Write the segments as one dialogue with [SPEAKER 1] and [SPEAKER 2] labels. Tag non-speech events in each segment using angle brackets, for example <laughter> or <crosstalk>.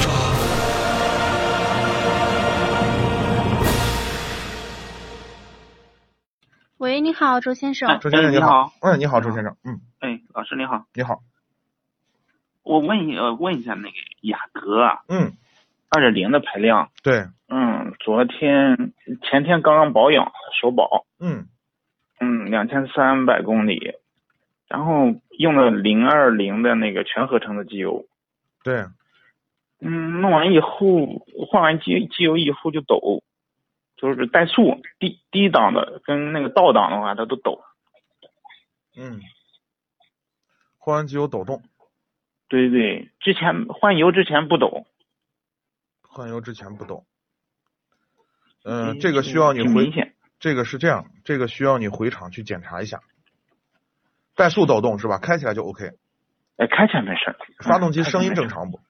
[SPEAKER 1] 发。
[SPEAKER 2] 喂，你好，啊周先生。
[SPEAKER 3] 哎，
[SPEAKER 4] 周先生
[SPEAKER 3] 你
[SPEAKER 4] 你好
[SPEAKER 3] 好，，
[SPEAKER 4] 嗯，你好，周先生，嗯，
[SPEAKER 3] 哎，老师你好，
[SPEAKER 4] 你好，
[SPEAKER 3] 我问一呃问一下那个雅阁啊，
[SPEAKER 4] 嗯，
[SPEAKER 3] 二点零的排量，
[SPEAKER 4] 对，
[SPEAKER 3] 嗯，昨天前天刚刚保养首保，
[SPEAKER 4] 嗯，
[SPEAKER 3] 嗯，两千三百公里，然后用了零二零的那个全合成的机油，
[SPEAKER 4] 对，
[SPEAKER 3] 嗯，弄完以后换完机机油以后就抖，就是怠速低低档的跟那个倒档的话它都抖，
[SPEAKER 4] 嗯，换完机油抖动，
[SPEAKER 3] 对对，之前换油之前不抖，
[SPEAKER 4] 换油之前不抖。嗯、
[SPEAKER 3] 嗯
[SPEAKER 4] 这个需要你
[SPEAKER 3] 挺
[SPEAKER 4] 回
[SPEAKER 3] 明显，
[SPEAKER 4] 这个是这样，这个需要你回厂去检查一下。怠速抖动是吧？开起来就 OK，
[SPEAKER 3] 哎，开起来没事儿，
[SPEAKER 4] 发动机
[SPEAKER 3] 嗯开起来
[SPEAKER 4] 声音
[SPEAKER 3] 没
[SPEAKER 4] 正
[SPEAKER 3] 事儿
[SPEAKER 4] 常不？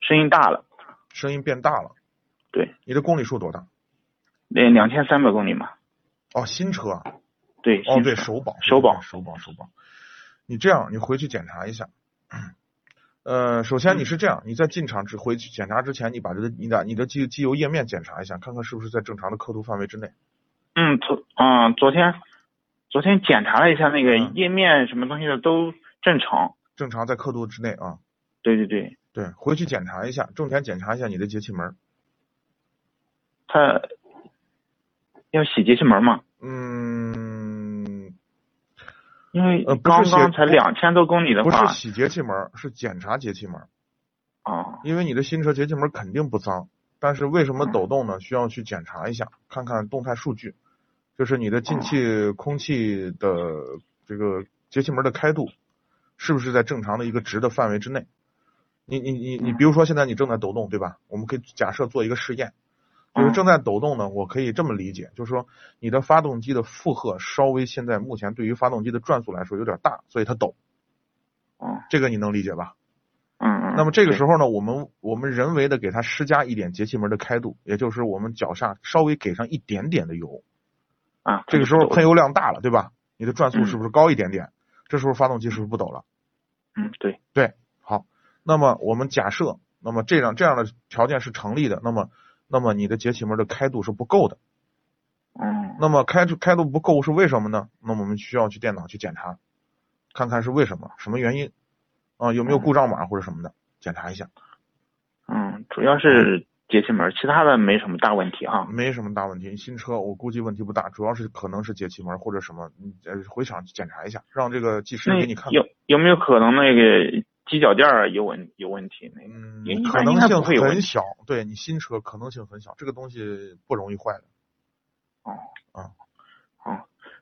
[SPEAKER 3] 声音大了。
[SPEAKER 4] 声音变大了。
[SPEAKER 3] 对，
[SPEAKER 4] 你的公里数多大？
[SPEAKER 3] 那呃两千三百公里嘛，
[SPEAKER 4] 哦，新车啊，
[SPEAKER 3] 对，
[SPEAKER 4] 哦
[SPEAKER 3] 新
[SPEAKER 4] 对，
[SPEAKER 3] 车
[SPEAKER 4] 首保，
[SPEAKER 3] 首保
[SPEAKER 4] 首保，首保。你这样，你回去检查一下。呃，首先你是这样，你在进厂之回去检查之前，你把这个你的你的机机油液面检查一下，看看是不是在正常的刻度范围之内。
[SPEAKER 3] 嗯，昨嗯昨天昨天检查了一下那个
[SPEAKER 4] 嗯
[SPEAKER 3] 页面什么东西的都正常，
[SPEAKER 4] 正常在刻度之内啊。
[SPEAKER 3] 对对对，
[SPEAKER 4] 对，回去检查一下，重点检查一下你的节气门。
[SPEAKER 3] 它要洗节气门嘛，
[SPEAKER 4] 嗯，
[SPEAKER 3] 因为
[SPEAKER 4] 呃不是
[SPEAKER 3] 刚
[SPEAKER 4] 洗
[SPEAKER 3] 刚才
[SPEAKER 4] 不
[SPEAKER 3] 两千多公里的
[SPEAKER 4] 不
[SPEAKER 3] 话
[SPEAKER 4] 是，洗节气门，是检查节气门。
[SPEAKER 3] 啊，
[SPEAKER 4] 因为你的新车节气门肯定不脏，但是为什么抖动呢？需要去检查一下，看看动态数据，就是你的进气空气的这个节气门的开度是不是在正常的一个值的范围之内？你你你你，
[SPEAKER 3] 嗯
[SPEAKER 4] 比如说现在你正在抖动，对吧？我们可以假设做一个试验，就是
[SPEAKER 3] 嗯
[SPEAKER 4] 正在抖动呢，我可以这么理解，就是说你的发动机的负荷稍微现在目前对于发动机的转速来说有点大，所以它抖，
[SPEAKER 3] 嗯
[SPEAKER 4] 这个你能理解吧？
[SPEAKER 3] 嗯嗯，
[SPEAKER 4] 那么这个
[SPEAKER 3] 对
[SPEAKER 4] 时候呢，我们我们人为的给它施加一点节气门的开度，也就是我们脚下稍微给上一点点的油，
[SPEAKER 3] 啊，
[SPEAKER 4] 这个时候喷
[SPEAKER 3] 有
[SPEAKER 4] 油量大了，对吧？你的转速
[SPEAKER 3] 嗯
[SPEAKER 4] 是不是高一点点？这时候发动机是不是不抖了？
[SPEAKER 3] 嗯对，
[SPEAKER 4] 好，那么我们假设，那么这样这样的条件是成立的，那么那么你的节气门的开度是不够的，
[SPEAKER 3] 嗯
[SPEAKER 4] 那么开开度不够是为什么呢？那么我们需要去电脑去检查，看看是为什么，什么原因啊、有没有
[SPEAKER 3] 嗯
[SPEAKER 4] 故障码或者什么的，检查一下，
[SPEAKER 3] 嗯，主要是节气门，其他的没什么大问题啊，
[SPEAKER 4] 没什么大问题，新车我估计问题不大，主要是可能是节气门或者什么，你呃回厂检查一下，让这个技师
[SPEAKER 3] 那
[SPEAKER 4] 给你看看。
[SPEAKER 3] 有有没有可能那个机脚垫儿有问有问题？那个
[SPEAKER 4] 嗯
[SPEAKER 3] 应，
[SPEAKER 4] 可
[SPEAKER 3] 该
[SPEAKER 4] 能
[SPEAKER 3] 应该
[SPEAKER 4] 性
[SPEAKER 3] 不会有问
[SPEAKER 4] 很
[SPEAKER 3] 题
[SPEAKER 4] 小，对你新车可能性很小，这个东西不容易坏的。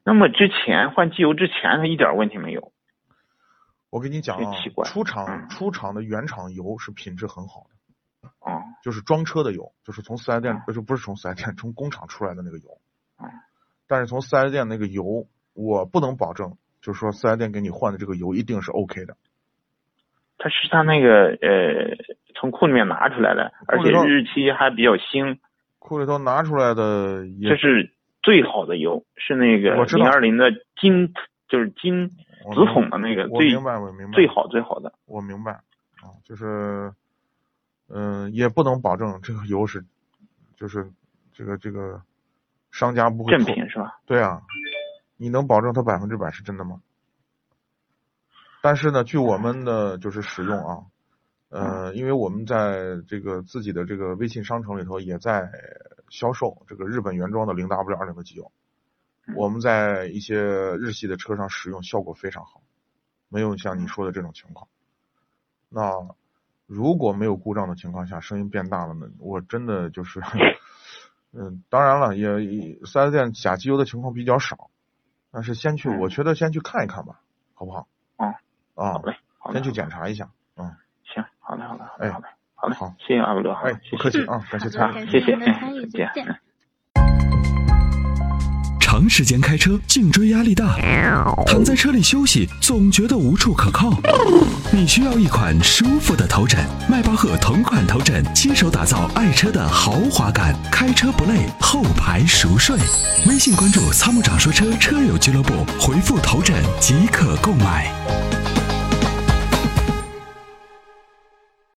[SPEAKER 3] 那么之前换机油之前，它一点问题没有。
[SPEAKER 4] 我跟你讲啊
[SPEAKER 3] 这奇怪，
[SPEAKER 4] 出厂
[SPEAKER 3] 嗯
[SPEAKER 4] 出厂的原厂油是品质很好的，
[SPEAKER 3] 哦，
[SPEAKER 4] 就是装车的油，就是从四 S 店，呃就是不是从四 S 店，从工厂出来的那个油
[SPEAKER 3] 嗯。
[SPEAKER 4] 但是从四 S 店那个油，我不能保证，就是说四 S 店给你换的这个油一定是 OK 的。
[SPEAKER 3] 它是它那个呃，从库里面拿出来的，而
[SPEAKER 4] 库
[SPEAKER 3] 且
[SPEAKER 4] 里头
[SPEAKER 3] 日期还比较新，
[SPEAKER 4] 库里头拿出来的也
[SPEAKER 3] 这是最好的油，是那
[SPEAKER 4] 我
[SPEAKER 3] 个
[SPEAKER 4] 知
[SPEAKER 3] 零
[SPEAKER 4] 道
[SPEAKER 3] 二零的金，就是金
[SPEAKER 4] 我
[SPEAKER 3] 紫
[SPEAKER 4] 明
[SPEAKER 3] 桶的那个
[SPEAKER 4] 我
[SPEAKER 3] 最
[SPEAKER 4] 明白，我明白，
[SPEAKER 3] 最好最好的。
[SPEAKER 4] 我明白啊，就是，嗯、也不能保证这个油是，就是这个这个商家不会
[SPEAKER 3] 正
[SPEAKER 4] 偷
[SPEAKER 3] 品是吧？
[SPEAKER 4] 对啊，你能保证它百分之百是真的吗？但是呢，据我们的就是使用啊，呃，因为我们在这个自己的这个微信商城里头也在销售这个日本原装的零 W 二零的机油，我们在一些日系的车上使用效果非常好，没有像你说的这种情况。那如果没有故障的情况下，声音变大了呢，我真的就是，嗯，当然了，也也四 S 店假机油的情况比较少，但是先去，
[SPEAKER 3] 嗯
[SPEAKER 4] 我觉得先去看一看吧，好不好？
[SPEAKER 3] 哦
[SPEAKER 4] 啊
[SPEAKER 3] 好，嘞，好嘞，
[SPEAKER 4] 先
[SPEAKER 3] 好
[SPEAKER 4] 去
[SPEAKER 3] 嘞
[SPEAKER 4] 检查一下。
[SPEAKER 3] 行，好嘞，好嘞，好
[SPEAKER 4] 哎
[SPEAKER 3] 嘞，好嘞，好嘞，
[SPEAKER 4] 好，
[SPEAKER 3] 谢谢阿布刘，好
[SPEAKER 4] 哎
[SPEAKER 3] 嘞，，谢
[SPEAKER 4] 不客
[SPEAKER 3] 谢，
[SPEAKER 4] 气啊，感谢参与。
[SPEAKER 2] 嗯感
[SPEAKER 3] 谢
[SPEAKER 2] 谢
[SPEAKER 3] 谢，
[SPEAKER 2] 您的
[SPEAKER 3] 哎
[SPEAKER 2] 参与，
[SPEAKER 3] <laughs> 再
[SPEAKER 2] 再见
[SPEAKER 3] 见。
[SPEAKER 1] 长时间开车，颈椎压力大，躺在车里休息，总觉得无处可靠。你需要一款舒服的头枕，迈巴赫同款头枕，亲手打造爱车的豪华感，开车不累，后排熟睡。微信关注“参谋长说车”车友俱乐部，回复“头枕”即可购买。